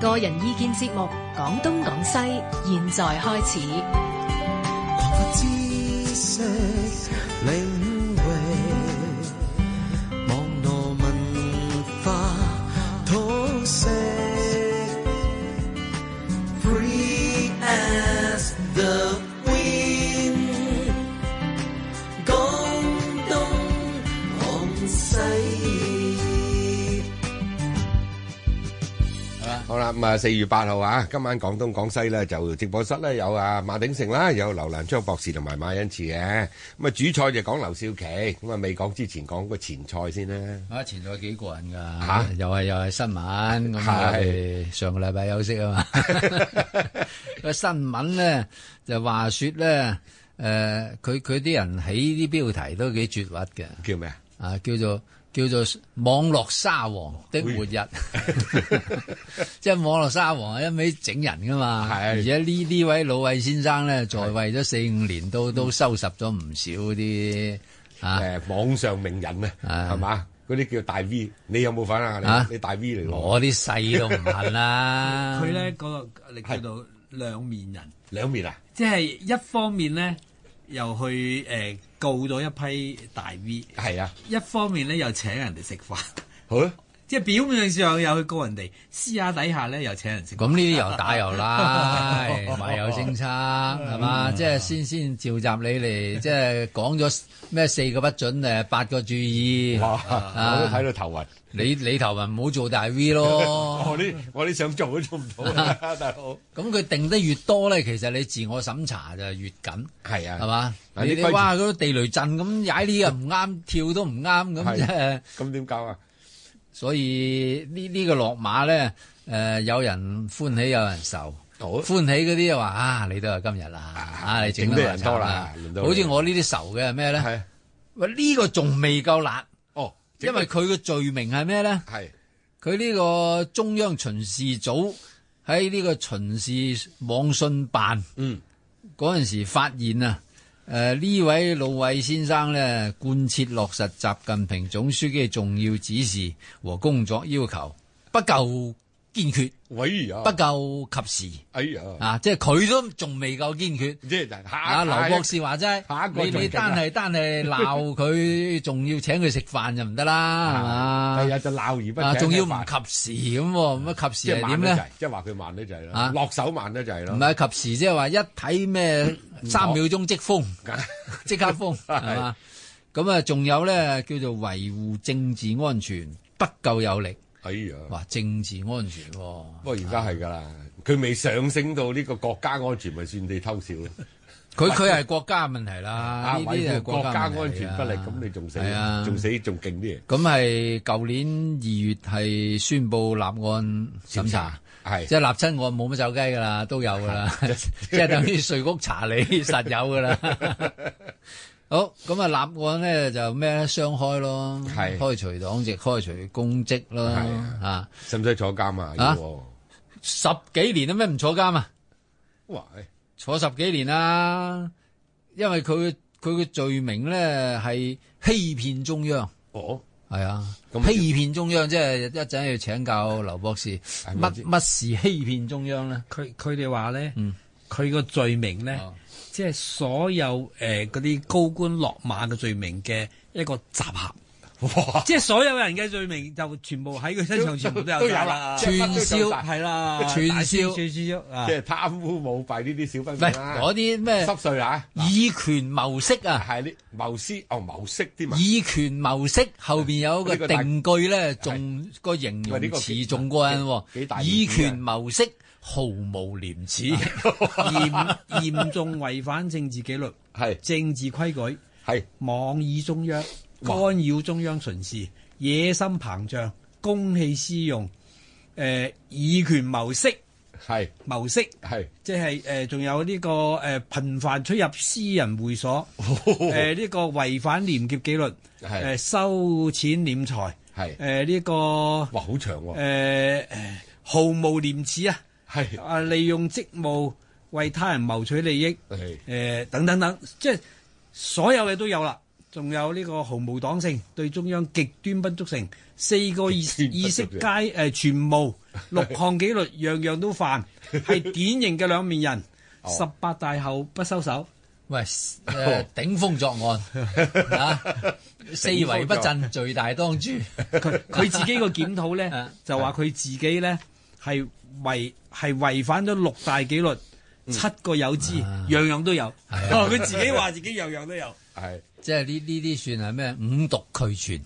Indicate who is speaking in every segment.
Speaker 1: 個人意見節目《講東講西》，現在開始。
Speaker 2: 擴闊知識領域，網絡文化通識，free as the wind。廣東廣西。
Speaker 3: 好啦，咁啊四月八號啊，今晚廣東廣西咧就直播室咧有啊馬鼎盛啦，有劉蘭昌博士同埋馬恩賜嘅。咁啊主菜就講劉少奇，咁啊未講之前講個前菜先啦。
Speaker 4: 啊，前咗幾個人㗎，
Speaker 3: 嚇
Speaker 4: 又係又係新聞咁
Speaker 3: 係
Speaker 4: 我哋上個禮拜休息啊 嘛。個新聞咧就話説咧，誒佢佢啲人起啲標題都幾絕核嘅，
Speaker 3: 叫咩啊？
Speaker 4: 啊叫做叫做網絡沙皇的末日， 即係網絡沙皇係一味整人㗎嘛。
Speaker 3: 係
Speaker 4: 而且呢呢位老魏先生咧，在位咗四五年，都都
Speaker 3: 嗯
Speaker 4: 收拾咗唔少啲啊。
Speaker 3: 誒網上名人啊，
Speaker 4: 啊
Speaker 3: 係嘛？嗰啲叫大 V，你有冇份啊
Speaker 4: 啊？
Speaker 3: 你你大 V 嚟喎，
Speaker 4: 我啲細都唔恨啦。
Speaker 5: 佢咧嗰個你叫做兩面人，
Speaker 3: 兩面啊，
Speaker 5: 即係一方面咧又去誒、呃告咗一批大 V，
Speaker 3: 係啊，
Speaker 5: 一方面咧又請人哋食飯，
Speaker 3: 好啊，
Speaker 5: 即係表面上又去告人哋，私下底下咧又請人食飯。
Speaker 4: 咁呢啲又打又拉， 咪有政策係嘛？即係先先召集你嚟，即係講咗咩四個不準誒，八個注意。啊
Speaker 3: 哇，我都睇到頭暈。
Speaker 4: 你你頭文唔好做大 V 咯。
Speaker 3: 我啲我啲想做都做唔到啊，大佬。
Speaker 4: 咁佢定得越多咧，其實你自我審查就越緊，
Speaker 3: 係啊，
Speaker 4: 係？嘛？
Speaker 3: 嗱
Speaker 4: 你
Speaker 3: 啲
Speaker 4: 你
Speaker 3: 規矩
Speaker 4: 哇嗰個地雷陣咁踩呢個唔啱，跳都唔啱咁
Speaker 3: 係
Speaker 4: 即係。
Speaker 3: 咁點搞啊？
Speaker 4: 所以呢呢、個落馬咧，誒、有人歡喜有人愁。
Speaker 3: 好
Speaker 4: 歡喜嗰啲就話啊，你都有今日啦，啊，你整
Speaker 3: 整得
Speaker 4: 得我
Speaker 3: 人
Speaker 4: 慘
Speaker 3: 多啦輪到你
Speaker 4: 好似我呢啲愁嘅係咩咧？
Speaker 3: 係啊
Speaker 4: 喂，呢、個仲未夠辣，
Speaker 3: 哦，
Speaker 4: 因為佢嘅罪名係咩咧？
Speaker 3: 係
Speaker 4: 佢呢個中央巡視組喺呢個巡視網信辦，
Speaker 3: 嗯，
Speaker 4: 嗰陣時發現啊，誒、呢位老魏先生呢，貫徹落實習近平總書記嘅重要指示和工作要求，不夠堅決，
Speaker 3: 喂呀
Speaker 4: 不，夠及時
Speaker 3: 哎呀，
Speaker 4: 啊！即係佢都仲未夠堅決。
Speaker 3: 即係就下下一
Speaker 4: 啊，劉博士話
Speaker 3: 下一
Speaker 4: 齋，
Speaker 3: 個
Speaker 4: 你
Speaker 3: 仲
Speaker 4: 你
Speaker 3: 勁啊
Speaker 4: 單係單係 鬧佢，仲要請佢食飯就唔得啦，係嘛？
Speaker 3: 第日哎就鬧啊而不
Speaker 4: 啊，
Speaker 3: 請
Speaker 4: 仲要
Speaker 3: 一
Speaker 4: 唔
Speaker 3: 飯
Speaker 4: 及時咁喎，咁啊及
Speaker 3: 嗯即
Speaker 4: 時
Speaker 3: 係
Speaker 4: 係
Speaker 3: 慢
Speaker 4: 點
Speaker 3: 得
Speaker 4: 咧？
Speaker 3: 滯，即係話佢慢得滯啦
Speaker 4: 啊，
Speaker 3: 落手慢嗯得滯
Speaker 4: 唔
Speaker 3: 啦。
Speaker 4: 係及時，即係話一睇咩三秒鐘 即封，即刻封係嘛？咁啊，仲有咧叫做維護政治安全不夠有力，
Speaker 3: 哎呀，
Speaker 4: 哇！政治安全喎，
Speaker 3: 不過而家係㗎啦，佢未上升到呢個國家安全，咪算你偷笑咯。
Speaker 4: 佢佢係國家問題啦，
Speaker 3: 啊，
Speaker 4: 呢
Speaker 3: 維
Speaker 4: 啲係
Speaker 3: 護國家
Speaker 4: 問題
Speaker 3: 安全不力，
Speaker 4: 啊
Speaker 3: 咁你仲死
Speaker 4: 係啊，，
Speaker 3: 仲死仲勁啲。
Speaker 4: 咁係舊年二月係宣布立案審查，
Speaker 3: 係
Speaker 4: 即係立親案冇乜走雞㗎啦，都有㗎啦， 即係等於税局查你實有 㗎啦。好，咁啊立案咧就咩咧雙開咯，
Speaker 3: 係
Speaker 4: 開除黨籍、開除公職咯，
Speaker 3: 係
Speaker 4: 啊
Speaker 3: 使唔使坐監啊？要
Speaker 4: 啊
Speaker 3: 喎
Speaker 4: 十幾年都咩唔坐監啊？
Speaker 3: 哇！哎
Speaker 4: 坐十幾年啦，因為佢佢嘅罪名咧係欺騙中央。
Speaker 3: 哦，
Speaker 4: 係啊，
Speaker 3: 咁
Speaker 4: 欺騙中央即係一陣要請教劉博士，
Speaker 3: 咪
Speaker 4: 乜乜是欺騙中央咧？
Speaker 5: 佢佢哋話咧
Speaker 4: 嗯，
Speaker 5: 佢個罪名咧
Speaker 4: 哦，
Speaker 5: 即係所有誒嗰啲高官落馬嘅罪名嘅一個集合。
Speaker 3: 哇！
Speaker 5: 即係所有人嘅罪名就全部喺佢身上，全部都有
Speaker 3: 都有
Speaker 5: 晒
Speaker 3: 啦，
Speaker 4: 全
Speaker 3: 燒
Speaker 4: 燒
Speaker 5: 係啦，
Speaker 4: 串燒
Speaker 5: 大串燒啊
Speaker 3: 即！係貪污舞弊呢啲小分
Speaker 4: 唔
Speaker 3: 子
Speaker 4: 係
Speaker 3: 啦，
Speaker 4: 嗰啲咩
Speaker 3: 濕碎嚇，
Speaker 4: 以權謀色啊，
Speaker 3: 係啲謀私哦謀色添啊，
Speaker 4: 以權謀色後邊有一
Speaker 3: 呢個
Speaker 4: 個
Speaker 3: 大
Speaker 4: 定句咧，仲個形容
Speaker 3: 喂呢個幾
Speaker 4: 詞仲過癮
Speaker 3: 幾幾大啊
Speaker 4: 喎，
Speaker 3: 面子
Speaker 4: 以權謀色毫無廉恥，
Speaker 3: 啊
Speaker 5: 嚴 嚴重違反政治紀律、
Speaker 3: 係
Speaker 5: 政治規矩，
Speaker 3: 係
Speaker 5: 妄議中央、干擾中央巡視、野心膨脹、公器私用、誒、呃以權謀色、
Speaker 3: 係
Speaker 5: 謀色，
Speaker 3: 係
Speaker 5: 即係誒仲有呢、個誒、頻繁出入私人會 所，誒呢、個違反廉潔紀律，誒、
Speaker 3: 哦係
Speaker 5: 收錢斂財，呃誒呢、
Speaker 3: 係，
Speaker 5: 個誒、
Speaker 3: 哇好長喎，
Speaker 5: 誒毫無廉 恥啊！
Speaker 3: 係
Speaker 5: 啊，利用職務 為他人謀取利益，誒、
Speaker 3: 係
Speaker 5: 等等等，即係所有嘢都有啦。仲有呢個毫無黨性，對中央極端不足成，四個意
Speaker 3: 極端不足成
Speaker 5: 意識皆誒、呃全無，六項紀律樣樣都 犯，係典型嘅兩面人。
Speaker 3: 哦
Speaker 5: 十八大後不收手，
Speaker 4: 喂，誒、頂風作 案啊！四圍不振，罪大當诛。
Speaker 5: 佢佢自己個檢討
Speaker 4: 啊
Speaker 5: 呢，就話佢自己呢係違係違反咗六大紀
Speaker 3: 嗯
Speaker 5: 律，七個有之，樣樣都有。
Speaker 3: 啊
Speaker 5: 哦佢自己話自己樣樣都有。
Speaker 3: 係
Speaker 4: 即係呢呢啲算係咩五毒俱全。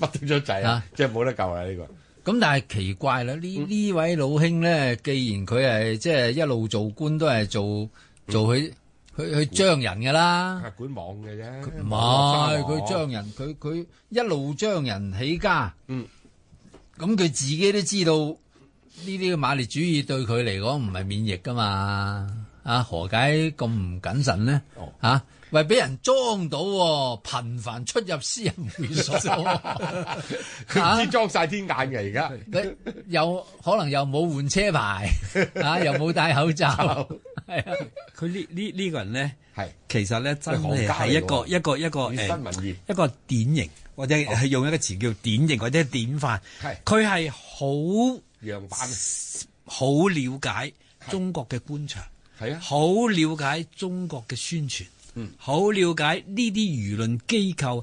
Speaker 3: 乜都出滯啊
Speaker 4: 啊，
Speaker 3: 即係冇得救啦呢個。
Speaker 4: 咁但係奇怪啦，
Speaker 3: 嗯
Speaker 4: 呢呢位老兄咧，既然佢係即係一路做官都係
Speaker 3: 嗯
Speaker 4: 做做佢佢佢將人㗎啦，
Speaker 3: 啊管網嘅啫，
Speaker 4: 唔
Speaker 3: 網
Speaker 4: 係
Speaker 3: 絡
Speaker 4: 佢
Speaker 3: 沙
Speaker 4: 將人，佢佢一路將人起家，
Speaker 3: 嗯，
Speaker 4: 咁佢自己都知道呢啲嘅馬列主義對佢嚟講唔係免疫㗎嘛，啊何解咁唔謹慎呢？
Speaker 3: 哦
Speaker 4: 啊喂，俾人裝到喎，頻繁出入私人會 所喎。
Speaker 3: 網佢唔知裝晒天眼嘅而家，
Speaker 4: 你又可能又冇換車牌啊，又冇戴口罩，係啊，
Speaker 5: 佢呢呢呢個人呢，
Speaker 3: 係
Speaker 5: 其實呢，真
Speaker 3: 行
Speaker 5: 係
Speaker 3: 家嚟
Speaker 5: 係
Speaker 3: 喎
Speaker 5: 一個一個一個
Speaker 3: 以
Speaker 5: 誒
Speaker 3: 新聞業
Speaker 5: 一個典型，或者係用一個詞叫典型或者典範。
Speaker 3: 係
Speaker 5: 佢係好
Speaker 3: 樣板
Speaker 5: 好了解中國嘅官場，
Speaker 3: 係啊，嗯
Speaker 5: 好了解中國嘅宣傳，好了解呢啲輿論機構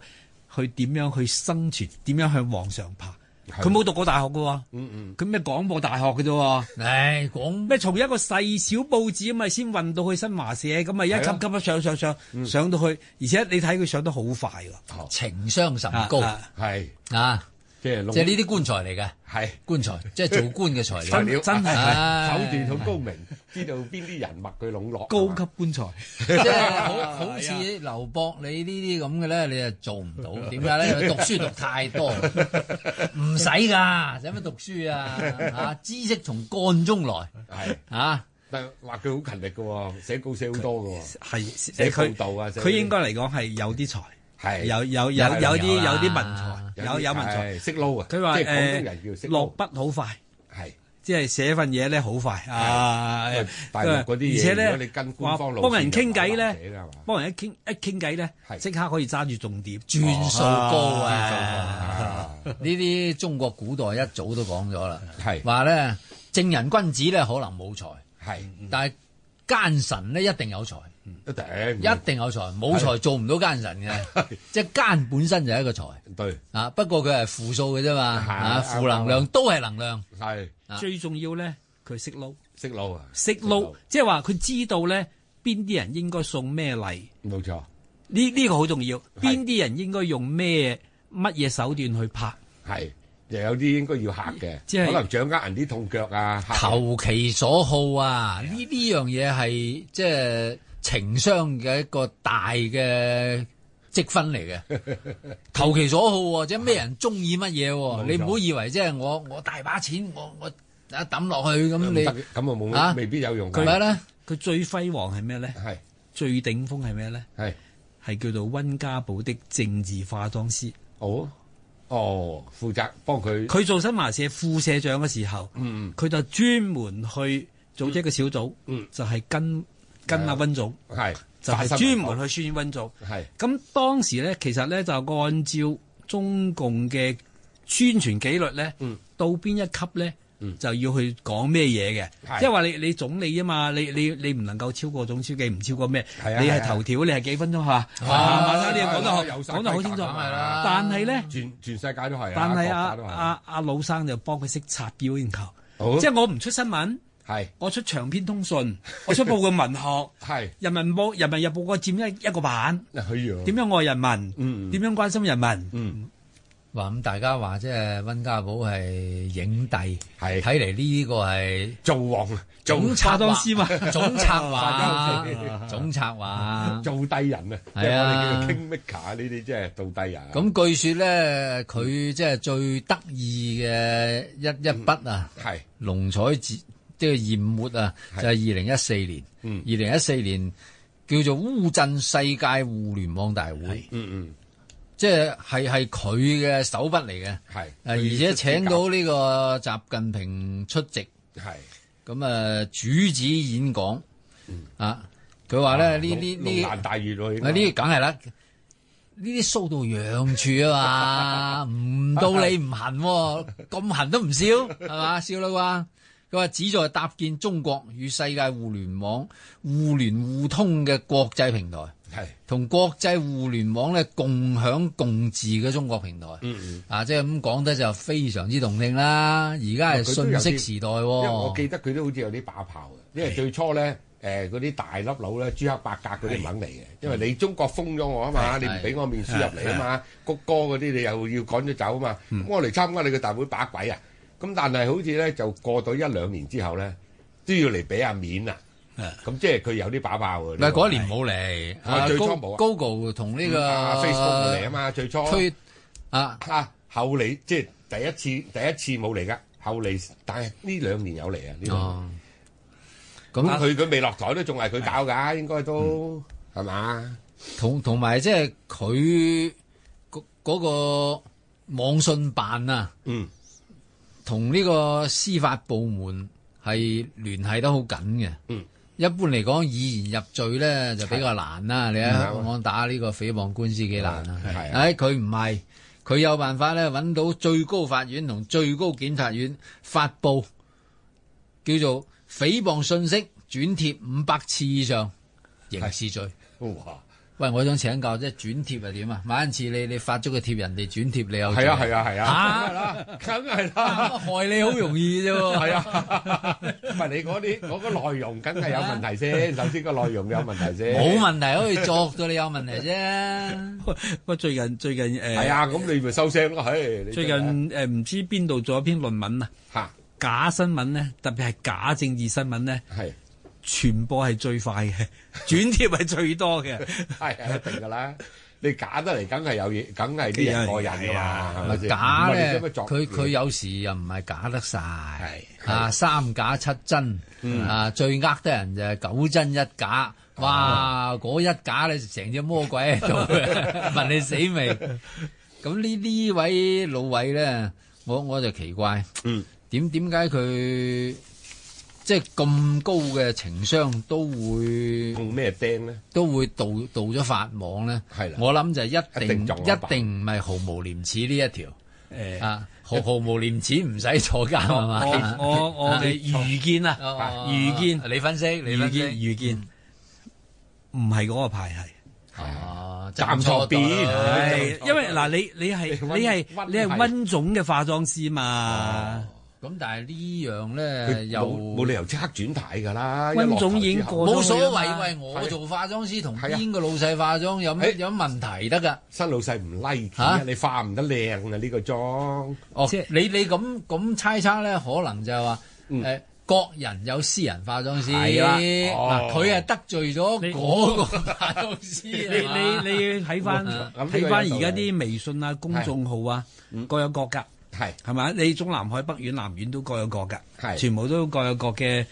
Speaker 5: 去點樣去生存，點樣向往上爬。
Speaker 3: 係
Speaker 5: 佢冇讀過大學嘅喎，
Speaker 3: 嗯嗯，
Speaker 5: 佢咩廣播大學嘅啫喎。
Speaker 4: 唉，講
Speaker 5: 咩從一個細小報紙咁啊，先運到去新華社咁啊，一級級上上上
Speaker 3: 嗯
Speaker 5: 上到去，而且你睇佢上得好快喎，
Speaker 3: 哦
Speaker 4: 情商甚高
Speaker 5: 啊啊
Speaker 3: 係
Speaker 4: 啊，
Speaker 3: 即係
Speaker 4: 即係呢啲棺材嚟嘅，
Speaker 3: 係
Speaker 4: 棺材即係做官嘅材
Speaker 3: 材
Speaker 4: 料，
Speaker 3: 料
Speaker 5: 真係
Speaker 4: 唉
Speaker 3: 手段好高明，知道邊啲人物佢籠絡
Speaker 5: 高級棺材。
Speaker 4: 即係好好似劉博你呢啲咁嘅咧，你就做唔到，點解咧？因為讀書讀太多，唔使㗎，使乜讀書啊？啊，知識從幹中來
Speaker 3: 係，
Speaker 4: 啊！
Speaker 3: 但係話佢好勤力嘅喎，寫稿寫好多嘅喎，
Speaker 5: 係
Speaker 3: 寫
Speaker 5: 誒
Speaker 3: 報
Speaker 5: 佢
Speaker 3: 道啊寫
Speaker 5: 佢應該嚟講係有啲才，
Speaker 3: 係
Speaker 5: 有有有
Speaker 4: 有
Speaker 5: 有啲
Speaker 3: 啊
Speaker 4: 有
Speaker 5: 有
Speaker 4: 啦
Speaker 5: 啲文
Speaker 3: Dạ,
Speaker 5: 才，有有文才。
Speaker 3: 係識撈啊，
Speaker 5: 佢話
Speaker 3: 即係廣東人叫識
Speaker 5: 誒
Speaker 3: 撈，
Speaker 5: 落筆好快，
Speaker 3: 係
Speaker 5: 即係寫份嘢咧好快啊！
Speaker 3: 因為大陸嗰啲嘢
Speaker 5: 而且
Speaker 3: 如
Speaker 5: 咧
Speaker 3: 果你跟官方路線
Speaker 5: 話幫人傾偈
Speaker 3: 就麻煩寫㗎係
Speaker 5: 咧
Speaker 3: 嘛，
Speaker 5: 幫人一傾一傾偈咧
Speaker 3: 係，哦
Speaker 5: 即刻可以揸住重點，
Speaker 4: 轉數高啊！
Speaker 3: 啊
Speaker 4: 呢啲中國古代一早都講咗啦，
Speaker 3: 係
Speaker 4: 話咧正人君子咧可能冇才，
Speaker 3: 係
Speaker 4: 但係奸臣咧一定有才，
Speaker 3: 一定
Speaker 4: 一定有才，冇才做唔到奸臣嘅，即係奸本身就係一個才
Speaker 3: 對
Speaker 4: 啊。不過佢係負數嘅啫嘛，
Speaker 3: 係
Speaker 4: 啊
Speaker 3: 啱
Speaker 4: 負能量都係能量，
Speaker 3: 係
Speaker 4: 啊
Speaker 5: 最重要咧佢識撈。
Speaker 3: 識撈啊，
Speaker 5: 識撈，即係話佢知道咧邊啲人應該送咩禮，
Speaker 3: 冇錯
Speaker 5: 呢呢個好重要。邊啲人應該用咩乜嘢手段去拍，
Speaker 3: 係。又有啲應該要嚇嘅，
Speaker 5: 即係
Speaker 3: 可能掌握人啲痛腳啊，嚇人
Speaker 4: 投其所好啊！呢呢樣嘢係即係情商嘅一個大嘅。積分嚟 嘅，投其所好喎，即係咩人中意乜嘢
Speaker 3: 冇錯
Speaker 4: 喎？你唔好以為即係我我大把錢，我我一抌落去咁你
Speaker 3: 唔得咁啊冇
Speaker 4: 啊
Speaker 3: 乜，未必有用㗎。
Speaker 4: 係咪咧？
Speaker 5: 佢最輝煌係咩咧？
Speaker 3: 係
Speaker 5: 最頂峰係咩咧？
Speaker 3: 係
Speaker 5: 係叫做温家寶的政治化妝師。
Speaker 3: 哦哦，負責幫佢
Speaker 5: 佢做新華社副社長嘅時候，
Speaker 3: 嗯
Speaker 5: 佢就專門去組織一個小組，
Speaker 3: 嗯
Speaker 5: 就係跟跟
Speaker 3: 係啊
Speaker 5: 阿温總，
Speaker 3: 係
Speaker 5: 就係
Speaker 3: 發生
Speaker 5: 專
Speaker 3: 唔到
Speaker 5: 門去宣傳温總。
Speaker 3: 係
Speaker 5: 咁當時咧，其實咧就按照中共嘅宣傳紀律咧，
Speaker 3: 嗯
Speaker 5: 到邊一級咧，
Speaker 3: 嗯
Speaker 5: 就要去講咩嘢
Speaker 3: 係
Speaker 5: 嘅，即係話你你總理啊嘛，你你你唔能夠超過總書記，唔超過咩
Speaker 3: 係啊，
Speaker 5: 你
Speaker 3: 係
Speaker 5: 係
Speaker 3: 啊
Speaker 5: 頭條，你係幾分鐘嚇，啊馬生你又講得好
Speaker 3: 有晒
Speaker 5: 講得好清楚，
Speaker 3: 規格
Speaker 4: 係啦
Speaker 5: 但係咧，
Speaker 3: 全全世界都係啊，
Speaker 5: 但係
Speaker 3: 國家都
Speaker 5: 阿
Speaker 3: 係
Speaker 5: 阿阿老生就幫佢識插表演球，
Speaker 3: 好
Speaker 5: 即係我唔出新聞，
Speaker 3: 係
Speaker 5: 我出長篇通訊， 我出報嘅文學，《
Speaker 3: 係
Speaker 5: 人民報》《人民日報》我佔一一個版。
Speaker 3: 佢樣
Speaker 5: 點樣愛人民？
Speaker 3: 嗯
Speaker 5: 點樣關心人民？
Speaker 3: 嗯
Speaker 4: 話咁大家話即係温家寶係影帝，
Speaker 3: 係
Speaker 4: 睇嚟呢個係
Speaker 3: 做王啊做
Speaker 4: 總策
Speaker 5: 化妝師嘛
Speaker 4: 劃總 策
Speaker 3: 化妝
Speaker 4: 劃，總策劃。
Speaker 3: 做帝人啊，即係
Speaker 4: 係
Speaker 3: 我哋
Speaker 4: 啊
Speaker 3: 叫做 king maker 呢啲，即係做帝人。啊
Speaker 4: 咁據說咧，佢即係最得意嘅一
Speaker 3: 嗯
Speaker 4: 一筆啊，
Speaker 3: 係
Speaker 4: 龍彩字即係驗末啊，
Speaker 3: 係
Speaker 4: 就係二零一四年，
Speaker 3: 嗯
Speaker 4: 二零一四年叫做烏鎮世界互聯網大會，
Speaker 3: 嗯嗯
Speaker 4: 即係係係佢嘅手筆嚟嘅。
Speaker 3: 係，
Speaker 4: 誒而且請到呢個習近平出席，
Speaker 3: 係
Speaker 4: 咁啊主旨演講啊，佢話咧呢呢
Speaker 3: 嗯龍
Speaker 4: 呢
Speaker 3: 顏大悦喎，應該
Speaker 4: 啊呢梗係啦，呢呢啲騷到痒 處啊嘛，唔到你唔痕喎，咁痕都唔笑，係嘛？笑啦啩？佢話旨在搭建中國與世界互聯網互聯互通嘅國際平台。
Speaker 3: 係
Speaker 4: 同國際互聯網咧共享共治嘅中國平台，
Speaker 3: 嗯
Speaker 4: 啊，即係咁講得就非常之動聽啦。而家
Speaker 3: 啊
Speaker 4: 係信息時代
Speaker 3: 因為我記
Speaker 4: 喎，
Speaker 3: 得佢都好似有啲把炮嘅，因為最初咧。誒嗰啲大粒佬咧，朱克伯格嗰啲唔肯嚟嘅，因為你中國封咗我啊嘛，你唔俾我面書入嚟啊嘛，谷歌嗰啲你又要趕咗走啊嘛，
Speaker 4: 嗯
Speaker 3: 咁我嚟參加你嘅大會把鬼啊！咁但係好似咧就過咗一兩年之後咧，都要嚟俾下面啊，咁即係佢有啲把炮嘅。
Speaker 4: 嗱嗰一年冇嚟，
Speaker 3: 我最初冇啊
Speaker 4: Google 同呢
Speaker 3: 啊
Speaker 4: 個
Speaker 3: Facebook 冇嚟啊嘛，最初
Speaker 4: 推啊
Speaker 3: 啊後嚟即係第一次第一次冇嚟噶，後嚟但係呢兩年有嚟啊呢兩年。
Speaker 4: 哦，
Speaker 3: 咁
Speaker 4: 咁
Speaker 3: 佢佢未落台都仲係佢搞㗎，應該都係嘛？
Speaker 4: 同同埋即係佢嗰嗰個網信辦啊，
Speaker 3: 嗯，
Speaker 4: 同呢個司法部門係聯繫得好緊嘅。
Speaker 3: 嗯，
Speaker 4: 一般嚟講，以言入罪咧就比較難啦。你喺香港打呢個誹謗官司幾難啊？
Speaker 3: 嗯係係
Speaker 4: 誒，佢唔係，佢有辦法咧揾到最高法院同最高檢察院發布叫做誹謗信息轉貼五百次以上刑事罪。
Speaker 3: 哇！
Speaker 4: 喂，我想請教，即係轉貼係點啊？買一次你你發咗個貼，人哋轉貼你有罪
Speaker 3: 係啊係啊係啊，
Speaker 4: 嚇
Speaker 3: 啦，梗 係啦，
Speaker 4: 害你好容易啫 喎。
Speaker 3: 係啊，唔係你嗰啲嗰個內容梗係有問題先，首先個內容有問題先，
Speaker 4: 冇問題，可以作到你有問題啫。
Speaker 5: 我最近最近誒，
Speaker 3: 係啊，咁你咪收聲咯，嘿！你
Speaker 5: 最
Speaker 3: 真
Speaker 5: 近
Speaker 3: 係
Speaker 5: 誒唔知邊度做一篇論文啊，
Speaker 3: 嚇
Speaker 5: 假新聞咧，特別係假政治新聞咧，
Speaker 3: 係
Speaker 5: 傳播係最快嘅， 轉貼係最多嘅。
Speaker 3: 係係一定㗎啦。你假得嚟，梗係有嘢，梗係啲人過癮㗎嘛，係咪先
Speaker 4: 假
Speaker 3: 唔係你
Speaker 4: 咧，
Speaker 3: 做乜作
Speaker 4: 佢佢有時又唔係假得晒，
Speaker 3: 係
Speaker 4: 啊三假七真，
Speaker 3: 嗯
Speaker 4: 啊最呃得人就係九真一假。哇！
Speaker 3: 哦
Speaker 4: 嗰一假你成隻魔鬼 喺度， 問你死未？咁呢呢位老位咧，我我就奇怪，
Speaker 3: 嗯
Speaker 4: 點點解佢即係咁高嘅情商都會？
Speaker 3: 用咩釘咧？
Speaker 4: 都會導導咗法網咧
Speaker 3: 係啦，
Speaker 4: 我諗就一
Speaker 3: 一
Speaker 4: 定
Speaker 3: 定撞咗
Speaker 4: 一
Speaker 3: 板
Speaker 4: 定唔係毫無廉恥呢一條
Speaker 5: 誒，
Speaker 4: 啊， 毫毫無廉恥唔使坐監係嘛？
Speaker 5: 呃我我我嘅預見啊，
Speaker 4: 哦
Speaker 5: 預見
Speaker 4: 你分析，你
Speaker 5: 預
Speaker 4: 分
Speaker 5: 見
Speaker 4: 析，
Speaker 5: 預見，唔係嗰個牌係。
Speaker 4: 哦，
Speaker 3: 站錯邊
Speaker 5: 係，
Speaker 3: 係
Speaker 5: 因為嗱，你你係
Speaker 3: 你溫
Speaker 5: 你係
Speaker 3: 溫
Speaker 5: 你係
Speaker 3: 係
Speaker 5: 温總嘅化妝師嘛？
Speaker 4: 咁但係呢樣咧
Speaker 3: 佢
Speaker 4: 又
Speaker 3: 冇冇理由即刻轉態㗎啦，一
Speaker 5: 溫
Speaker 3: 落台
Speaker 5: 總已經
Speaker 3: 之後
Speaker 5: 過
Speaker 4: 冇所
Speaker 5: 係
Speaker 4: 謂，
Speaker 5: 啊
Speaker 4: 喂，我做化妝師同
Speaker 3: 係啊
Speaker 4: 邊個老細化妝有咩
Speaker 3: 誒
Speaker 4: 有乜問題得㗎？
Speaker 3: 新老細唔 like
Speaker 4: 嚇
Speaker 3: 啊！你化唔得靚啊！呢個妝
Speaker 4: 哦，
Speaker 5: 即係
Speaker 4: 你你咁咁猜測咧，可能就係話
Speaker 3: 嗯
Speaker 4: 誒。各人有私人化妝師，
Speaker 3: 係啦
Speaker 4: 嗱
Speaker 3: 哦
Speaker 4: 佢係得罪咗
Speaker 5: 你
Speaker 4: 嗰個化妝師，
Speaker 5: 你
Speaker 4: 係嘛
Speaker 5: 你你睇翻
Speaker 4: 嗯
Speaker 3: 咁呢個
Speaker 5: 睇
Speaker 3: 有
Speaker 5: 翻
Speaker 3: 道
Speaker 5: 而
Speaker 3: 理
Speaker 5: 家啲微信啊、公眾號啊，各有各㗎，
Speaker 3: 係
Speaker 5: 係咪？你中南海、北院、南院都各有各㗎，
Speaker 3: 係
Speaker 5: 全部都各有各嘅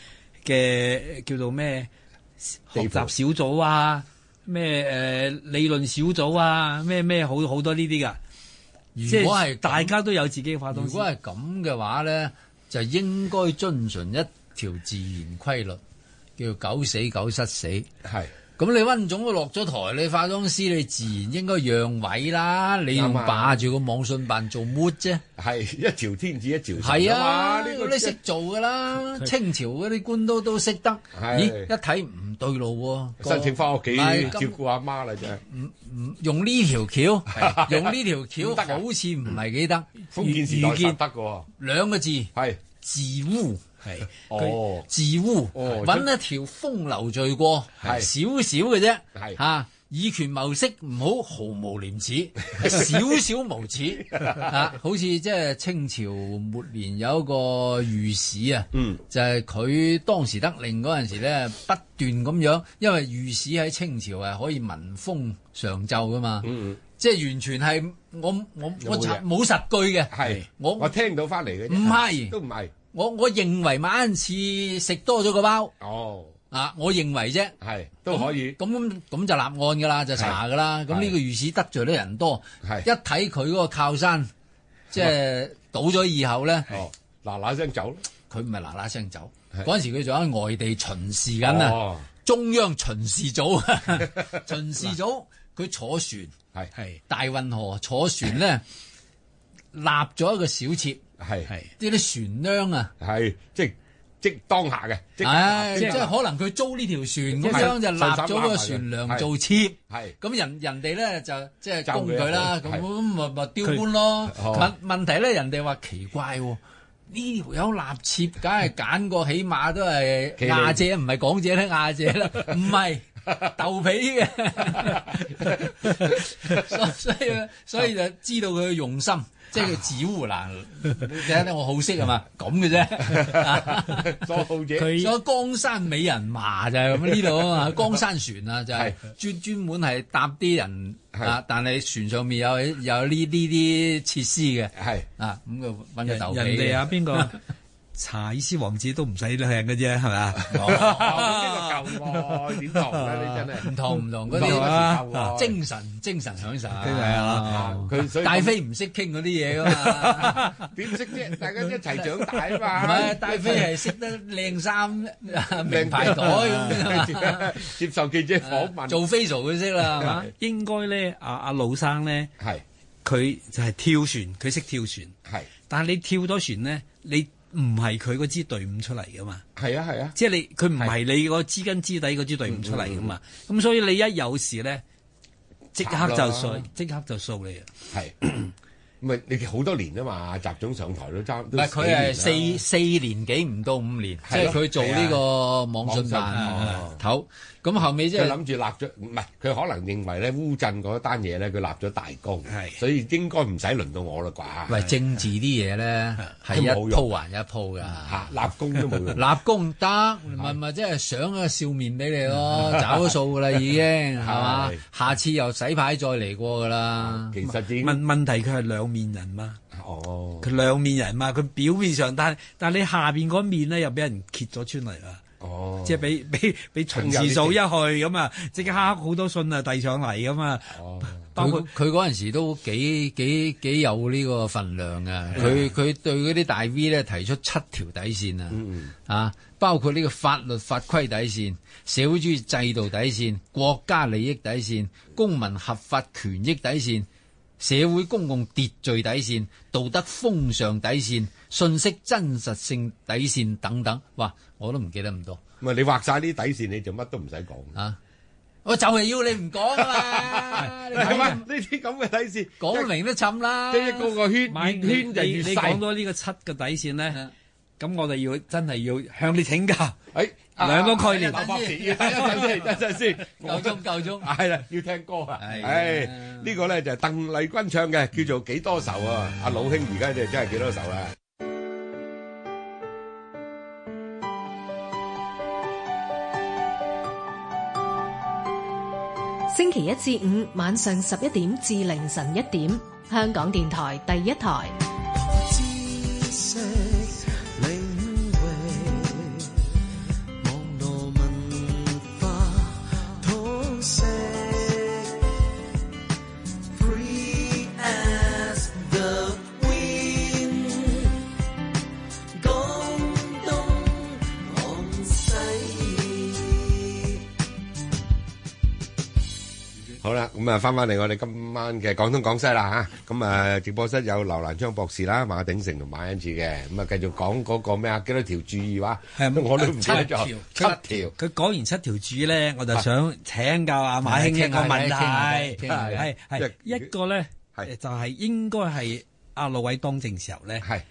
Speaker 5: 嘅叫做咩學習
Speaker 3: 地
Speaker 5: 小
Speaker 3: 盤
Speaker 5: 組啊，咩誒理論小組啊，咩咩好好多呢啲㗎，即
Speaker 4: 如果係
Speaker 5: 係
Speaker 4: 咁
Speaker 5: 大家都有自己嘅化妝
Speaker 4: 如
Speaker 5: 師
Speaker 4: 果。係咁嘅話咧，就應該遵循一條自然規律，叫九死九失死。
Speaker 3: 係
Speaker 4: 咁你温總都落咗台，你化妝師你自然應該讓位啦，你仲
Speaker 3: 啱啊
Speaker 4: 霸住個網信辦做 m 啫？
Speaker 3: 係一朝天子一朝臣
Speaker 4: 係啊，
Speaker 3: 嘛
Speaker 4: 呢
Speaker 3: 呢
Speaker 4: 個
Speaker 3: 個
Speaker 4: 你
Speaker 3: 真
Speaker 4: 識做噶啦，清朝嗰啲官都都識得。
Speaker 3: 係
Speaker 4: 咦，一睇唔對路喎，個
Speaker 3: 申請翻屋企
Speaker 4: 唔係
Speaker 3: 照
Speaker 4: 咁
Speaker 3: 顧阿媽啦，真係
Speaker 4: 唔用呢條橋， 用呢條橋好似唔係幾得。
Speaker 3: 封建時代實得嘅喎，
Speaker 4: 兩個字，
Speaker 3: 係
Speaker 4: 自污。
Speaker 5: 係
Speaker 3: 哦
Speaker 4: 自污，
Speaker 3: 哦
Speaker 4: 揾一條風流罪過，少
Speaker 3: 係
Speaker 4: 少嘅啫，
Speaker 3: 係
Speaker 4: 嚇以權謀色，唔好毫無廉 恥，少少無恥 啊！好似即係清朝末年有一個御史啊，
Speaker 3: 嗯
Speaker 4: 就係佢當時得令嗰陣時咧，不斷咁樣，因為御史喺清朝係可以聞風上奏噶嘛，
Speaker 3: 嗯嗯
Speaker 4: 即係完全係我我我
Speaker 3: 有冇
Speaker 4: 查
Speaker 3: 嘢
Speaker 4: 冇實據嘅，
Speaker 3: 係
Speaker 4: 我
Speaker 3: 我聽到翻嚟嘅啫，
Speaker 4: 唔係
Speaker 3: 都唔係
Speaker 4: 我我認為馬恩賜食多咗個包
Speaker 3: 哦，
Speaker 4: 啊，我認為啫。
Speaker 3: 係都可以
Speaker 4: 咁咁咁就立案㗎啦，就查㗎啦。咁呢個御史得罪咗人多，
Speaker 3: 係
Speaker 4: 一睇佢嗰個靠山，即係倒咗以後咧，
Speaker 3: 哦，嗱嗱聲走
Speaker 4: 佢唔係嗱嗱聲走。
Speaker 3: 係
Speaker 4: 嗰陣時佢仲喺 à? 外地巡視緊啊，啊
Speaker 3: 哦
Speaker 4: 中央巡視組，巡視組佢坐船
Speaker 3: 係
Speaker 5: 係
Speaker 4: 大運河坐船咧，立咗一個小妾，
Speaker 3: 係
Speaker 5: 係
Speaker 4: 啲啲船娘啊，
Speaker 3: 係即即當下嘅，即
Speaker 4: 唉，
Speaker 5: 即
Speaker 4: 即
Speaker 5: 係
Speaker 4: 係可能佢租呢條
Speaker 3: 係
Speaker 4: 船咁樣就立咗個船娘做妾。
Speaker 3: 係
Speaker 4: 咁人人哋咧就即係
Speaker 3: 就
Speaker 4: 供佢啦，
Speaker 3: 佢啊
Speaker 4: 咁
Speaker 3: 係
Speaker 4: 咪咪丟官咯。
Speaker 3: 哦
Speaker 4: 問問題咧，人哋話奇怪喎，呢條友立妾，梗係揀個起碼都係
Speaker 3: 企理
Speaker 4: 亞姐，唔係港姐咧，亞姐 啦，唔係豆皮 嘅，所所以呢所以就知道佢嘅用心。即係佢指 湖難，你睇睇我好色啊嘛，咁嘅啫。
Speaker 3: 多好者
Speaker 5: 佢
Speaker 4: 所以江山美人麻就係咁呢度啊嘛，江山船啊就係專專門係搭啲人
Speaker 3: 係
Speaker 4: 啊，但係船上面有有呢呢啲設施嘅
Speaker 3: 係
Speaker 4: 啊，咁佢揾
Speaker 5: 人
Speaker 4: 個豆皮
Speaker 5: 人哋啊，邊 個查伊斯王子都唔使靚嘅啫，係 咪啊？
Speaker 3: 哦呢個舊愛點同咧？你真
Speaker 4: 唔同唔同嗰
Speaker 3: 係
Speaker 5: 唔同
Speaker 4: 啲
Speaker 5: 啊
Speaker 3: 舊愛
Speaker 4: 精神精神享受，
Speaker 5: 真係啊
Speaker 3: 佢所以
Speaker 4: 戴飛唔識傾嗰啲嘢噶嘛。
Speaker 3: 點識啫？大家一齊長大啊
Speaker 4: 唔
Speaker 3: 嘛，
Speaker 4: 係 戴飛係識得靚衫、名牌袋咁樣啊
Speaker 3: 接受記者訪
Speaker 4: 嘛，
Speaker 3: 問，
Speaker 4: 做 facial 佢識啦，係嘛？
Speaker 5: 啊應該咧，阿阿老生咧，
Speaker 3: 係
Speaker 5: 佢就係跳船，佢識跳船。
Speaker 3: 係
Speaker 5: 但係你跳咗船咧，你唔係佢嗰支隊伍出嚟噶嘛？
Speaker 3: 係啊係啊，
Speaker 5: 即係你佢唔係你個知根知底嗰支隊伍出嚟噶嘛？咁、所以你一有事咧，即刻就
Speaker 3: 慘
Speaker 5: 掃
Speaker 3: 啦，
Speaker 5: 即刻就掃你啊！
Speaker 3: 係。唔係你好多年啊嘛，習總上台都差唔
Speaker 4: 唔
Speaker 3: 多
Speaker 4: 係
Speaker 3: 幾
Speaker 4: 佢
Speaker 3: 年啦
Speaker 4: 係四四年幾唔到五年，即
Speaker 3: 係
Speaker 4: 係
Speaker 3: 咯
Speaker 4: 佢做呢個網信
Speaker 3: 網信
Speaker 4: 辦
Speaker 3: 哦
Speaker 4: 頭，咁後尾即
Speaker 3: 佢
Speaker 4: 係
Speaker 3: 諗住立咗，唔係佢可能認為咧烏鎮嗰單嘢咧，佢立咗大功，
Speaker 5: 係
Speaker 3: 所以應該唔使輪到我啦啩。
Speaker 4: 喂政治啲嘢咧係一
Speaker 3: 都冇用
Speaker 4: 鋪還一鋪㗎。
Speaker 3: 嚇立功都冇用，
Speaker 4: 立功得，咪咪即係想個笑面俾你 咯，找咗數㗎啦已經，係嘛
Speaker 3: 係？
Speaker 4: 下次又洗牌再嚟過㗎啦。
Speaker 3: 其實已經
Speaker 5: 問問題佢係兩面人嘛，
Speaker 3: 哦
Speaker 5: 佢兩面人嘛，佢表面上但係但係你下邊嗰面咧又俾人揭咗穿嚟啦。
Speaker 3: 哦，
Speaker 5: 即係俾俾俾巡視組一去咁啊，即刻好多信啊遞上嚟咁啊，
Speaker 3: 哦
Speaker 5: 包括
Speaker 4: 佢佢嗰陣時都幾幾幾有呢個份量
Speaker 3: 嗯
Speaker 4: 啊！佢佢對嗰啲大 V 咧提出七條底線啊，
Speaker 3: 嗯
Speaker 4: 啊，包括呢個法律法規底線、社會主義制度底線、國家利益底線、公民合法權益底線、社會公共秩序底線、道德風尚底線、信息真實性底線等等，哇！我都唔記得咁多
Speaker 3: 唔係你畫晒啲底線，你就乜都唔使講。
Speaker 4: 啊！我就係要你唔講啊嘛你
Speaker 3: 係嘛？
Speaker 4: 睇，
Speaker 3: 呢啲咁嘅底線，
Speaker 4: 講明都沉啦，
Speaker 3: 即係一個個 圈，
Speaker 5: 買
Speaker 3: 越圈就越
Speaker 5: 你講
Speaker 3: 細。
Speaker 5: 到呢個七個底線咧
Speaker 4: 嗯，
Speaker 5: 咁我哋要真係要向你請教。
Speaker 3: 誒
Speaker 5: 兩個概念
Speaker 3: 劉博士要等一陣先，等一陣 先。
Speaker 4: 夠鐘夠鐘，
Speaker 3: 係啦，要聽歌啊！
Speaker 4: 係
Speaker 3: 唉，
Speaker 4: 啊
Speaker 3: 呢個咧就係鄧麗君唱嘅，叫做《幾多愁》啊！阿老兄而家就真係幾多愁啦。
Speaker 1: 星期一至五晚上十一點至凌晨一點，香港電台第一台。
Speaker 2: 知識領域，網絡文化通識。Free as the wind，廣東廣西。
Speaker 3: 好啦，咁啊，翻翻嚟我哋今晚嘅廣東廣西啦嚇，咁啊，直播室有劉蘭昌博士啦、馬鼎盛同馬恩志嘅，咁啊，繼續講嗰個咩啊，幾多條注意話，
Speaker 5: 係咁
Speaker 3: 我都唔記得咗，
Speaker 4: 七
Speaker 3: 七條，
Speaker 5: 佢講完七條主咧，我就想請教阿馬兄一個問題，
Speaker 4: 傾下偈傾下偈
Speaker 5: 係係
Speaker 3: 即係
Speaker 5: 一個咧，
Speaker 3: 係
Speaker 5: 就係應該係阿老偉當政時候咧，
Speaker 3: 係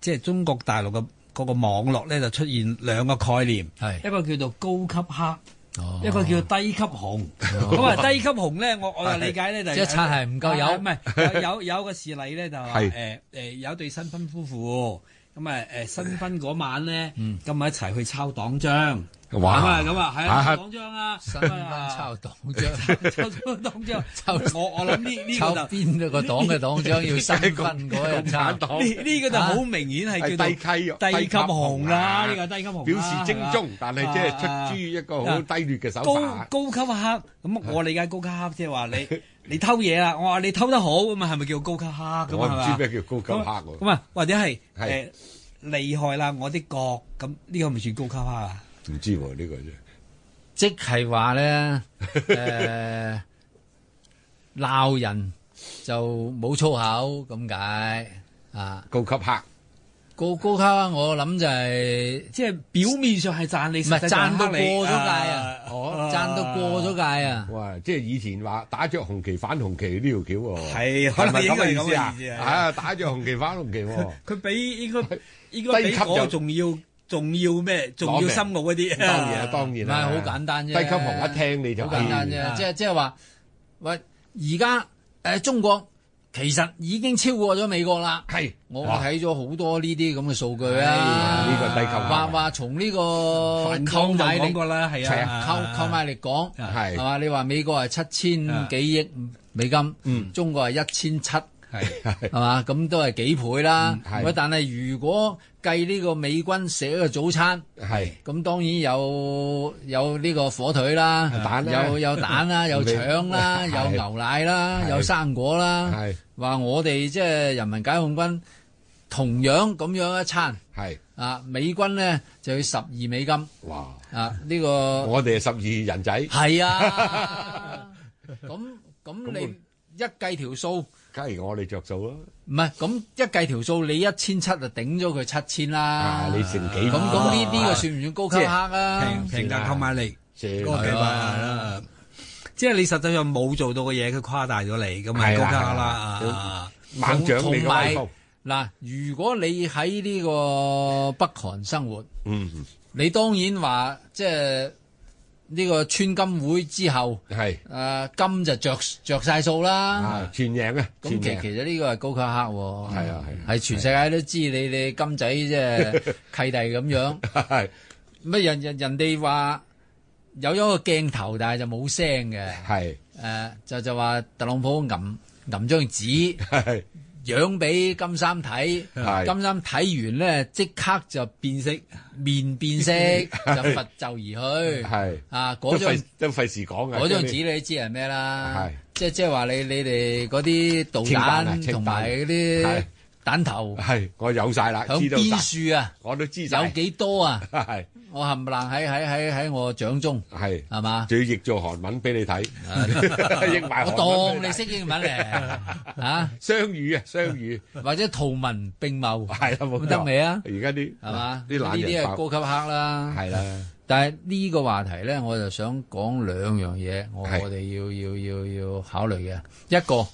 Speaker 5: 即係中國大陸嘅嗰個網絡咧就出現兩個概念，
Speaker 4: 係
Speaker 5: 一個叫做高級黑。
Speaker 4: 哦
Speaker 5: 一個叫低級紅，咁啊低級紅咧，我我就理解咧就係
Speaker 4: 即係擦鞋唔夠油
Speaker 5: 啊唔係 有有有個事例咧就話
Speaker 3: 係
Speaker 5: 誒誒有對新婚夫婦，咁啊誒新婚嗰晚咧，
Speaker 4: 嗯
Speaker 5: 咁啊一齊去抄黨章，咁
Speaker 3: 哇
Speaker 5: 啊咁啊係
Speaker 3: 啊
Speaker 5: 啊抄黨章啊，
Speaker 4: 新
Speaker 5: 新
Speaker 4: 婚抄黨章，
Speaker 5: 抄 抄黨章，
Speaker 4: 抄
Speaker 5: 我我諗呢呢
Speaker 4: 抄
Speaker 5: 個就
Speaker 4: 邊一個黨嘅黨章要新婚嗰日啊抄
Speaker 3: 反？黨
Speaker 5: 呢呢個就好明顯係叫做
Speaker 3: 啊係低級啊
Speaker 5: 低級紅啦，呢個低級紅啦
Speaker 3: 表示精忠，但係即係出
Speaker 5: 啊
Speaker 3: 諸於一個好低劣嘅手
Speaker 5: 高
Speaker 3: 法，啊
Speaker 5: 高級黑，咁我理解高級黑即係話你 你偷嘢啦，我話你偷得好咁啊，係咪叫高級黑咁
Speaker 3: 我唔
Speaker 5: 啊？
Speaker 3: 知咩叫高級
Speaker 5: 係嘛
Speaker 3: 黑喎
Speaker 5: 咁啊，或者係
Speaker 3: 係
Speaker 5: 誒厲害啦，我啲角咁呢個咪算高級黑啊？
Speaker 3: 唔知喎呢個啫，
Speaker 4: 即係話咧，誒鬧人就冇粗口咁解啊。
Speaker 3: 高級客
Speaker 4: 高高卡我諗就係
Speaker 5: 即係表面上係讚你，
Speaker 4: 唔
Speaker 5: 實
Speaker 4: 係
Speaker 5: 際
Speaker 4: 賺
Speaker 5: 上
Speaker 4: 到
Speaker 5: 黑
Speaker 4: 過
Speaker 5: 你
Speaker 4: 咗界啊？
Speaker 5: 啊
Speaker 4: 哦，賺到過咗界啊！
Speaker 3: 哇！即係以前話打着紅旗反紅旗呢條橋喎，
Speaker 5: 係可
Speaker 3: 係咪
Speaker 5: 能應
Speaker 3: 咁
Speaker 5: 該
Speaker 3: 嘅
Speaker 5: 係咁
Speaker 3: 意
Speaker 5: 嘅
Speaker 3: 思啊
Speaker 5: 意思？啊
Speaker 3: 啊，打着紅旗反紅旗 喎，
Speaker 5: 佢比 應該應該
Speaker 3: 低
Speaker 5: 比
Speaker 3: 級
Speaker 5: 嗰個
Speaker 3: 就
Speaker 5: 仲要仲要咩？仲
Speaker 3: 攞
Speaker 5: 要
Speaker 3: 命
Speaker 5: 深奧嗰啲。啊
Speaker 3: 當然啦，當
Speaker 4: 唔
Speaker 3: 然
Speaker 4: 係
Speaker 3: 啦，
Speaker 4: 好簡單啫，
Speaker 3: 低級紅一聽你就
Speaker 4: 好簡單
Speaker 3: 哎
Speaker 5: 啊
Speaker 4: 啫，即係即係話，喂，而家誒中國其實已經超過咗美國啦。
Speaker 3: 係
Speaker 4: 我
Speaker 3: 哇
Speaker 4: 睇咗好多呢啲咁嘅數據
Speaker 5: 哎
Speaker 4: 啊，
Speaker 5: 呀
Speaker 3: 啊呢個低級
Speaker 4: 話話從呢個
Speaker 5: 反
Speaker 4: 購
Speaker 5: 抗就
Speaker 4: 買
Speaker 5: 講
Speaker 4: 力
Speaker 5: 過啦，係
Speaker 3: 係
Speaker 5: 啊，
Speaker 4: 購購買力講
Speaker 3: 係
Speaker 4: 係嘛？你話美國係七千幾億美金，中國係一千七。
Speaker 5: 係
Speaker 4: 係嘛？咁都係幾倍啦。啊
Speaker 3: 係
Speaker 4: 喂，但係如果計呢個美軍食一個早餐，
Speaker 3: 係
Speaker 4: 咁當然有有呢個火腿啦，
Speaker 3: 蛋啦
Speaker 4: 有有蛋啦，有腸啦，
Speaker 3: 係
Speaker 4: 有牛奶啦，
Speaker 3: 係
Speaker 4: 有生果啦。
Speaker 3: 係
Speaker 4: 話我哋即係人民解放軍同樣咁樣一餐
Speaker 3: 係，
Speaker 4: 啊，美軍呢就要十二美金
Speaker 3: 哇！
Speaker 4: 啊，呢個
Speaker 3: 我哋係十二人仔，
Speaker 4: 係啊。咁咁你一計條數。
Speaker 3: 梗係我哋着數咯。
Speaker 4: 唔係，咁一計條數，你一千七就頂咗佢七千啦。
Speaker 3: 啊，你成幾
Speaker 4: 咁咁呢呢個
Speaker 3: 算
Speaker 4: 算唔算高級黑啊
Speaker 5: 平？平價購買力嗰個
Speaker 3: 算
Speaker 5: 計
Speaker 4: 係
Speaker 5: 法
Speaker 4: 啊
Speaker 5: 啦。即係你實際上冇做到嘅嘢，佢誇大咗你，咁咪
Speaker 3: 係
Speaker 5: 高
Speaker 3: 啦
Speaker 5: 價
Speaker 3: 係啦
Speaker 5: 啦啊。
Speaker 3: 猛獎你
Speaker 4: 同
Speaker 3: 嘅
Speaker 4: 埋
Speaker 3: 威風，
Speaker 4: 嗱，如果你喺呢個北韓生活，
Speaker 3: 嗯，
Speaker 4: 你當然話即係呢個川金會之後，
Speaker 3: 係
Speaker 4: 誒、金就着着晒數啦。
Speaker 3: 啊，全贏啊，
Speaker 4: 咁
Speaker 3: 全
Speaker 4: 其
Speaker 3: 贏
Speaker 4: 其實呢個係高級黑喎，
Speaker 3: 係啊係啊
Speaker 4: 係全世界都知你你金仔即 係契弟咁樣。
Speaker 3: 係
Speaker 4: 乜人人人哋話有咗個鏡頭，但係就冇聲嘅。誒、
Speaker 3: 係
Speaker 4: 就就話特朗普揞揞張紙
Speaker 3: 係
Speaker 4: 養俾金三睇，
Speaker 3: 係
Speaker 4: 金三睇完咧即刻就變色，面 變色就拂袖而去。
Speaker 3: 係，
Speaker 4: 啊，
Speaker 3: 都
Speaker 4: 嗰張
Speaker 3: 費都費事講啊，
Speaker 4: 嗰
Speaker 3: 即
Speaker 4: 張
Speaker 3: 係你
Speaker 4: 紙你知係咩啦
Speaker 3: 係？
Speaker 4: 即即係話你你哋嗰啲導
Speaker 3: 清單啊
Speaker 4: 彈
Speaker 3: 清
Speaker 4: 同埋
Speaker 3: 單
Speaker 4: 嗰
Speaker 3: 係
Speaker 4: 啲彈頭
Speaker 3: 係我有晒啦，
Speaker 4: 響
Speaker 3: 知道
Speaker 4: 邊
Speaker 3: 晒，
Speaker 4: 樹啊？
Speaker 3: 我都知
Speaker 4: 有
Speaker 3: 晒，
Speaker 4: 幾多啊？
Speaker 3: 係
Speaker 4: 我冚唪唥喺喺喺喺我掌中，
Speaker 3: 係，
Speaker 4: 係嘛？
Speaker 3: 仲要譯做韓文俾你睇，譯埋韓
Speaker 4: 我
Speaker 3: 文
Speaker 4: 當
Speaker 3: 俾
Speaker 4: 你
Speaker 3: 你
Speaker 4: 識
Speaker 3: 睇，
Speaker 4: 英文咧啊，
Speaker 3: 雙語啊，雙語
Speaker 4: 或者圖文並茂，
Speaker 3: 係啦，冇錯
Speaker 4: 得未啊？
Speaker 3: 而家啲
Speaker 4: 係嘛？
Speaker 3: 啲
Speaker 4: 呢
Speaker 3: 懶
Speaker 4: 啲
Speaker 3: 人
Speaker 4: 係
Speaker 3: 包
Speaker 4: 高級黑啦。
Speaker 3: 係啦，
Speaker 4: 但係呢個話題咧，我就想講兩樣嘢，我
Speaker 3: 係
Speaker 4: 我哋要要要要考慮嘅一個誒、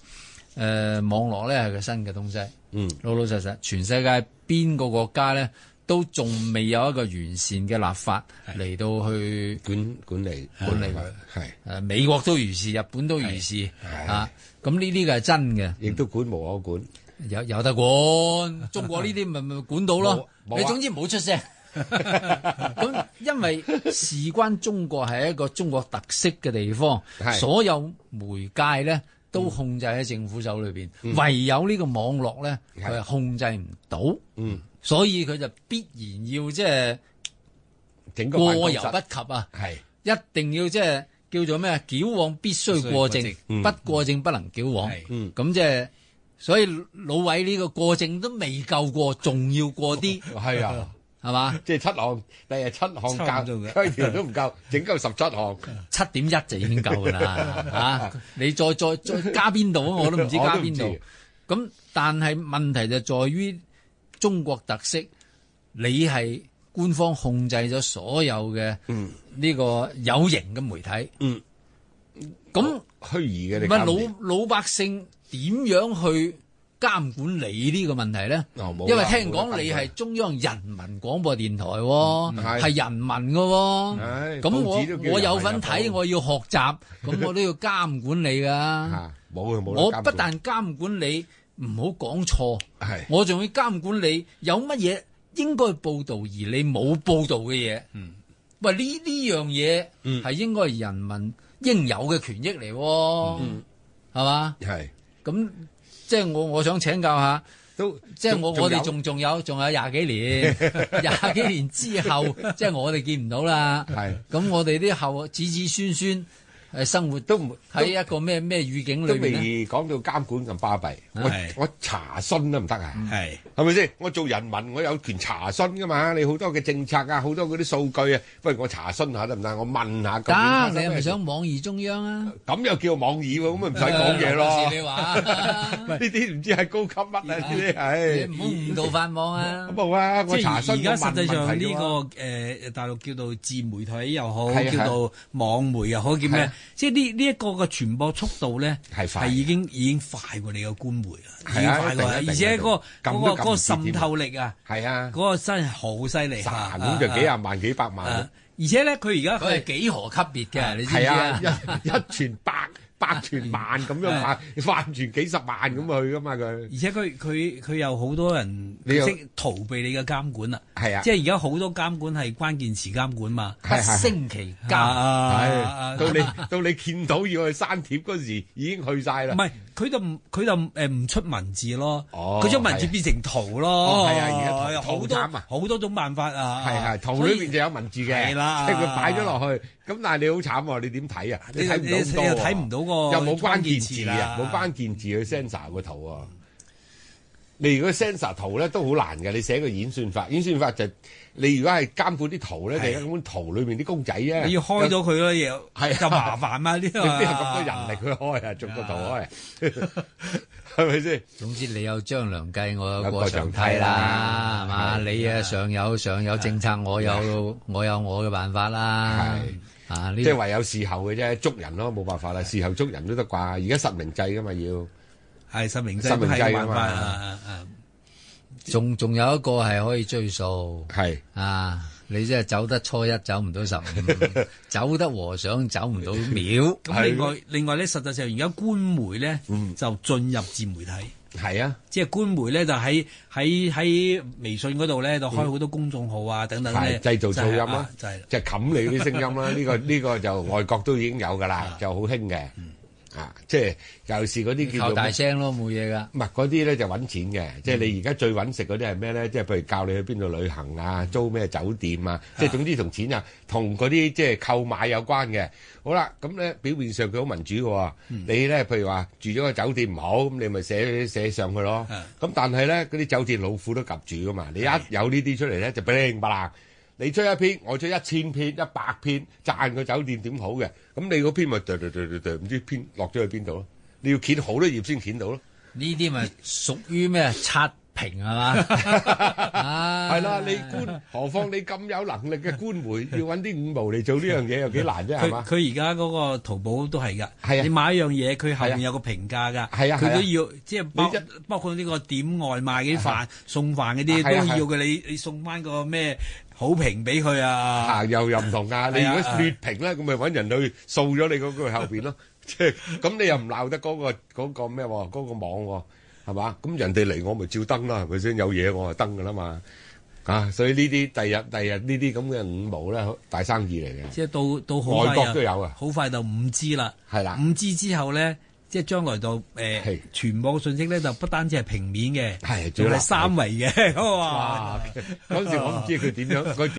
Speaker 4: 呃、網絡咧係個新嘅東西，
Speaker 3: 嗯
Speaker 4: 老老實實，全世界邊個國家咧都仲未有一個完善嘅立法嚟到去。
Speaker 3: 管管理
Speaker 4: 管理佢
Speaker 3: 係，
Speaker 4: 誒美國都如是，日本都如是啊！咁呢啲嘅係真嘅，
Speaker 3: 亦都管無可管。
Speaker 4: 有有得 管，中國呢啲咪咪管到咯。
Speaker 3: 冇冇啊
Speaker 4: 你總之唔好 出聲。咁因為事關中國係一個中國特色嘅地方
Speaker 3: 係，
Speaker 4: 所有媒介咧
Speaker 3: 嗯
Speaker 4: 都控制喺政府手裏邊，唯有呢個網絡咧佢係控制唔到，
Speaker 3: 嗯，
Speaker 4: 所以佢就必然要即係
Speaker 3: 整個
Speaker 4: 過
Speaker 3: 辦公室
Speaker 4: 猶不及啊！
Speaker 3: 係
Speaker 4: 一定要即係叫做咩啊？矯枉必須過正
Speaker 5: 必須過正，
Speaker 3: 嗯
Speaker 4: 不過正不能矯枉
Speaker 5: 係。
Speaker 3: 嗯
Speaker 4: 咁即係，所以老偉呢個過正都未夠過，仲要過啲，
Speaker 3: 係啊，
Speaker 4: 係嘛？
Speaker 3: 即係七項，第日七項
Speaker 5: 差
Speaker 3: 夠，
Speaker 5: 唔多嘅
Speaker 3: 規條都唔夠，整夠十七項，
Speaker 4: 七點一就已經夠㗎啦， 啊！你再再再加邊度啊？我都唔知
Speaker 3: 我
Speaker 4: 加
Speaker 3: 都唔
Speaker 4: 邊度
Speaker 3: 知。
Speaker 4: 咁但係問題就在於中國特色，你係官方控制咗所有嘅
Speaker 3: 嗯
Speaker 4: 呢個有形嘅媒體。
Speaker 3: 嗯，
Speaker 4: 咁。
Speaker 3: 虛擬嘅
Speaker 4: 唔
Speaker 3: 你
Speaker 4: 係
Speaker 3: 搞唔掂
Speaker 4: 老老百姓點樣去監管你呢個問題咧？
Speaker 3: 哦冇啦
Speaker 4: 因為聽
Speaker 3: 冇
Speaker 4: 講你
Speaker 3: 得嗯
Speaker 4: 係中央人民廣播電台喎，
Speaker 3: 係
Speaker 4: 係人民嘅喎。
Speaker 3: 唉
Speaker 4: 咁我
Speaker 3: 報紙都叫人民日報
Speaker 4: 我有份睇，我要學習， 咁我都要監管你噶。
Speaker 3: 嚇， 冇啊冇得
Speaker 4: 我
Speaker 3: 監
Speaker 4: 不
Speaker 3: 管
Speaker 4: 但監管你唔好講錯，
Speaker 3: 係
Speaker 4: 我仲要監管你有乜嘢應該報導而你冇報導嘅嘢。嗯，喂，呢呢樣嘢
Speaker 3: 嗯
Speaker 4: 係應該係人民應有嘅權益嚟喎，
Speaker 3: 嗯
Speaker 4: 係嘛？
Speaker 3: 係
Speaker 4: 咁即係我我想請教下，
Speaker 3: 都
Speaker 4: 即係我我哋
Speaker 3: 有
Speaker 4: 仲仲有仲有廿幾 年，廿幾年之後，即係我哋見唔到啦。
Speaker 3: 係
Speaker 4: 咁我哋啲後子子孫孫誒生活
Speaker 3: 都唔
Speaker 4: 喺一個咩咩語境
Speaker 3: 都
Speaker 4: 裏面咧？
Speaker 3: 未講到監管咁巴閉，我
Speaker 5: 係
Speaker 3: 我查詢都唔得啊！
Speaker 2: 嗯
Speaker 5: 係
Speaker 3: 係咪先？我做人民，我有權查詢噶嘛？你好多嘅政策啊，好多嗰啲數據啊，不如我查詢下得唔得？我問下究竟發生
Speaker 4: 啊得，你係咪
Speaker 3: 咩事
Speaker 4: 想網易中央啊？
Speaker 3: 咁又叫網議喎？咁咪唔使講嘢
Speaker 4: 誒
Speaker 3: 咯
Speaker 4: 有 時。你話
Speaker 3: 呢啲唔知係高級乜啊？呢啲
Speaker 4: 你
Speaker 3: 係
Speaker 4: 唔好誤導法網啊！
Speaker 3: 冇啊！我
Speaker 5: 即
Speaker 3: 查詢
Speaker 5: 係而家實際上
Speaker 3: 我問問題
Speaker 5: 呢
Speaker 3: 啫嘛
Speaker 5: 個誒大陸叫做自媒體又好，
Speaker 3: 係啊
Speaker 5: 叫做網媒又好，叫
Speaker 3: 係
Speaker 5: 咩
Speaker 3: 啊？
Speaker 5: 即係呢呢一個嘅傳播速度咧，
Speaker 3: 係快
Speaker 5: 係已經已經快過你個官媒啦，已
Speaker 3: 係啊
Speaker 5: 經快過啦，
Speaker 3: 一定
Speaker 5: 而
Speaker 3: 一定
Speaker 5: 且嗰個
Speaker 3: 一定
Speaker 5: 嗰
Speaker 3: 撳
Speaker 5: 個
Speaker 3: 都
Speaker 5: 嗰
Speaker 3: 撳
Speaker 5: 個
Speaker 3: 唔切添
Speaker 5: 滲透力啊，
Speaker 3: 係 啊，
Speaker 5: 嗰個真係好犀利啊
Speaker 3: 賺咁就幾
Speaker 5: 啊
Speaker 3: 廿萬幾百
Speaker 5: 啊
Speaker 3: 萬
Speaker 5: 啊，而且咧佢而家
Speaker 4: 佢
Speaker 5: 佢
Speaker 4: 係幾何級別嘅，你知唔知
Speaker 3: 係啊，
Speaker 4: 啊？
Speaker 3: 一一傳百百傳萬咁樣
Speaker 5: 哎
Speaker 3: 發發傳幾十萬咁去噶嘛佢。
Speaker 5: 而且佢佢佢有好多人
Speaker 3: 你又
Speaker 5: 識逃避你嘅監管啦，
Speaker 3: 係啊
Speaker 5: 即係而家好多監管係關鍵詞監管嘛，
Speaker 4: 不勝其
Speaker 5: 啊
Speaker 4: 交。
Speaker 3: 係
Speaker 5: 啊啊
Speaker 3: 到你到你見到要去刪帖嗰時，已經去晒啦。
Speaker 5: 唔係，佢就唔佢就誒唔出文字咯，
Speaker 3: 哦
Speaker 5: 佢將文字
Speaker 3: 係啊
Speaker 5: 變成圖
Speaker 3: 哦
Speaker 5: 咯，
Speaker 3: 係啊而家
Speaker 5: 有
Speaker 3: 圖
Speaker 5: 好
Speaker 3: 圖
Speaker 5: 多
Speaker 3: 慘啊
Speaker 5: 好多種辦法啊，
Speaker 3: 係係，圖
Speaker 5: 所以
Speaker 3: 裏邊就有文字嘅，
Speaker 5: 係啦啊
Speaker 3: 即係佢擺咗落去。咁但係你好慘喎，你點睇啊？你睇唔
Speaker 5: 你
Speaker 3: 到咁多喎
Speaker 5: 你又睇唔到個
Speaker 3: 又冇關鍵
Speaker 5: 關鍵
Speaker 3: 字
Speaker 5: 字啦
Speaker 3: 啊，冇關鍵字去 sensor 個圖啊。你如果 sensor 圖咧都好難嘅，你寫個演算法，演算法就你如果係監管啲圖咧，
Speaker 5: 係
Speaker 3: 就係監管圖裏面啲公仔啊。
Speaker 5: 你要開咗佢咯，
Speaker 3: 係
Speaker 5: 嘢
Speaker 3: 啊
Speaker 5: 就麻煩嘛呢
Speaker 3: 有
Speaker 5: 度
Speaker 3: 邊
Speaker 5: 啊
Speaker 3: 有咁多人力去開啊？逐個圖開，係咪先？
Speaker 4: 總之你有張良計，我有
Speaker 3: 有
Speaker 4: 過
Speaker 3: 過牆
Speaker 4: 牆梯
Speaker 3: 梯
Speaker 4: 啦，
Speaker 3: 啦
Speaker 4: 係嘛？
Speaker 3: 係
Speaker 4: 你啊上有上有政策，我有我有我嘅辦法啦。啊，呢
Speaker 3: 即係唯有事後嘅啫，捉人咯，冇辦法啦。事後捉人都得啩，而家實名制噶嘛要。
Speaker 5: 係實名制
Speaker 3: 實名制
Speaker 5: 係
Speaker 3: 啊
Speaker 5: 辦
Speaker 3: 嘛
Speaker 5: 法啊啊啊
Speaker 4: 仲仲有一個係可以追溯
Speaker 3: 係
Speaker 4: 啊！你真係走得初一，走唔到十五；走得和尚，走唔到廟。
Speaker 5: 咁
Speaker 3: 係
Speaker 5: 另
Speaker 3: 咯
Speaker 5: 外另外咧，實際上而家官媒咧
Speaker 3: 嗯
Speaker 5: 就進入自媒體。
Speaker 3: 係啊，
Speaker 5: 即係官媒咧，就喺喺喺微信嗰度咧，就開好多公眾號啊，等等咧，
Speaker 3: 嗯係製造噪音
Speaker 5: 就係
Speaker 3: 啊
Speaker 5: 啊，就係啦
Speaker 3: 即係冚你啲聲音 啦。呢個呢個就外國都已經有噶啦，就好興嘅。啊，即係尤其是嗰啲叫
Speaker 4: 靠
Speaker 3: 做
Speaker 4: 大聲咯，冇嘢噶。
Speaker 3: 唔係嗰啲咧就揾錢嘅，即係你而家最揾食嗰啲係咩咧？即係譬如教你去邊度旅行啊，租咩酒店啊，即係總之同錢啊，同嗰啲即係購買有關嘅。好啦，咁咧表面上佢好民主嘅喎，你咧譬如話住咗個酒店唔好，咁你咪寫寫上去咯
Speaker 5: 啊。
Speaker 3: 咁但係咧嗰啲酒店老虎都及住噶嘛，你一有呢啲出嚟咧就 bling 唪唥。你出一篇，我出一千篇、一百篇，賺個酒店點好嘅？咁你嗰篇咪嘟嘟嘟嘟嘟唔知篇落咗去邊度咯？你要掀好多頁先掀到咯。
Speaker 4: 呢啲咪屬於咩刷屏係嘛？
Speaker 3: 係
Speaker 4: 係
Speaker 3: 啦，你 官，何況你咁有能力嘅官媒，要揾啲五毛嚟做呢樣嘢，有幾難啫？係
Speaker 5: 佢
Speaker 3: 嘛？
Speaker 5: 佢而家嗰個淘寶都係
Speaker 3: 係
Speaker 5: 㗎，
Speaker 3: 啊
Speaker 5: 你買一樣嘢，佢後
Speaker 3: 係啊
Speaker 5: 面有個評價㗎，
Speaker 3: 係啊
Speaker 5: 佢都
Speaker 3: 係啊
Speaker 5: 要即係包
Speaker 3: 你一
Speaker 5: 包括呢個點外賣嗰啲飯送飯嗰
Speaker 3: 係
Speaker 5: 啲
Speaker 3: 啊係
Speaker 5: 都
Speaker 3: 啊
Speaker 5: 要嘅，你你送翻個咩好評俾佢啊？
Speaker 3: 啊，又又唔同㗎。你
Speaker 5: 係啊
Speaker 3: 如果劣評咧，咁咪揾人去掃咗你嗰句後邊咯。 即係咁，你又唔鬧得嗰個嗰個咩喎？嗰個網喎，係嘛？咁人哋嚟我咪照登啦，係咪先？有嘢我就登㗎啦嘛。啊，所以呢啲第日第日呢啲咁嘅五毛咧，大生意嚟 嘅。
Speaker 5: 即係到到好
Speaker 3: 外
Speaker 5: 快
Speaker 3: 國都有啊
Speaker 5: 好快就五 G 啦，
Speaker 3: 係啦
Speaker 5: 五 G 之後咧，即係將來就誒
Speaker 3: 係
Speaker 5: 傳播嘅信息咧，就不單止係平面嘅，
Speaker 3: 係仲
Speaker 5: 仲
Speaker 3: 有
Speaker 5: 係
Speaker 3: 立體
Speaker 5: 三維嘅，哇！啊
Speaker 3: 嗰陣時我唔知佢點樣佢。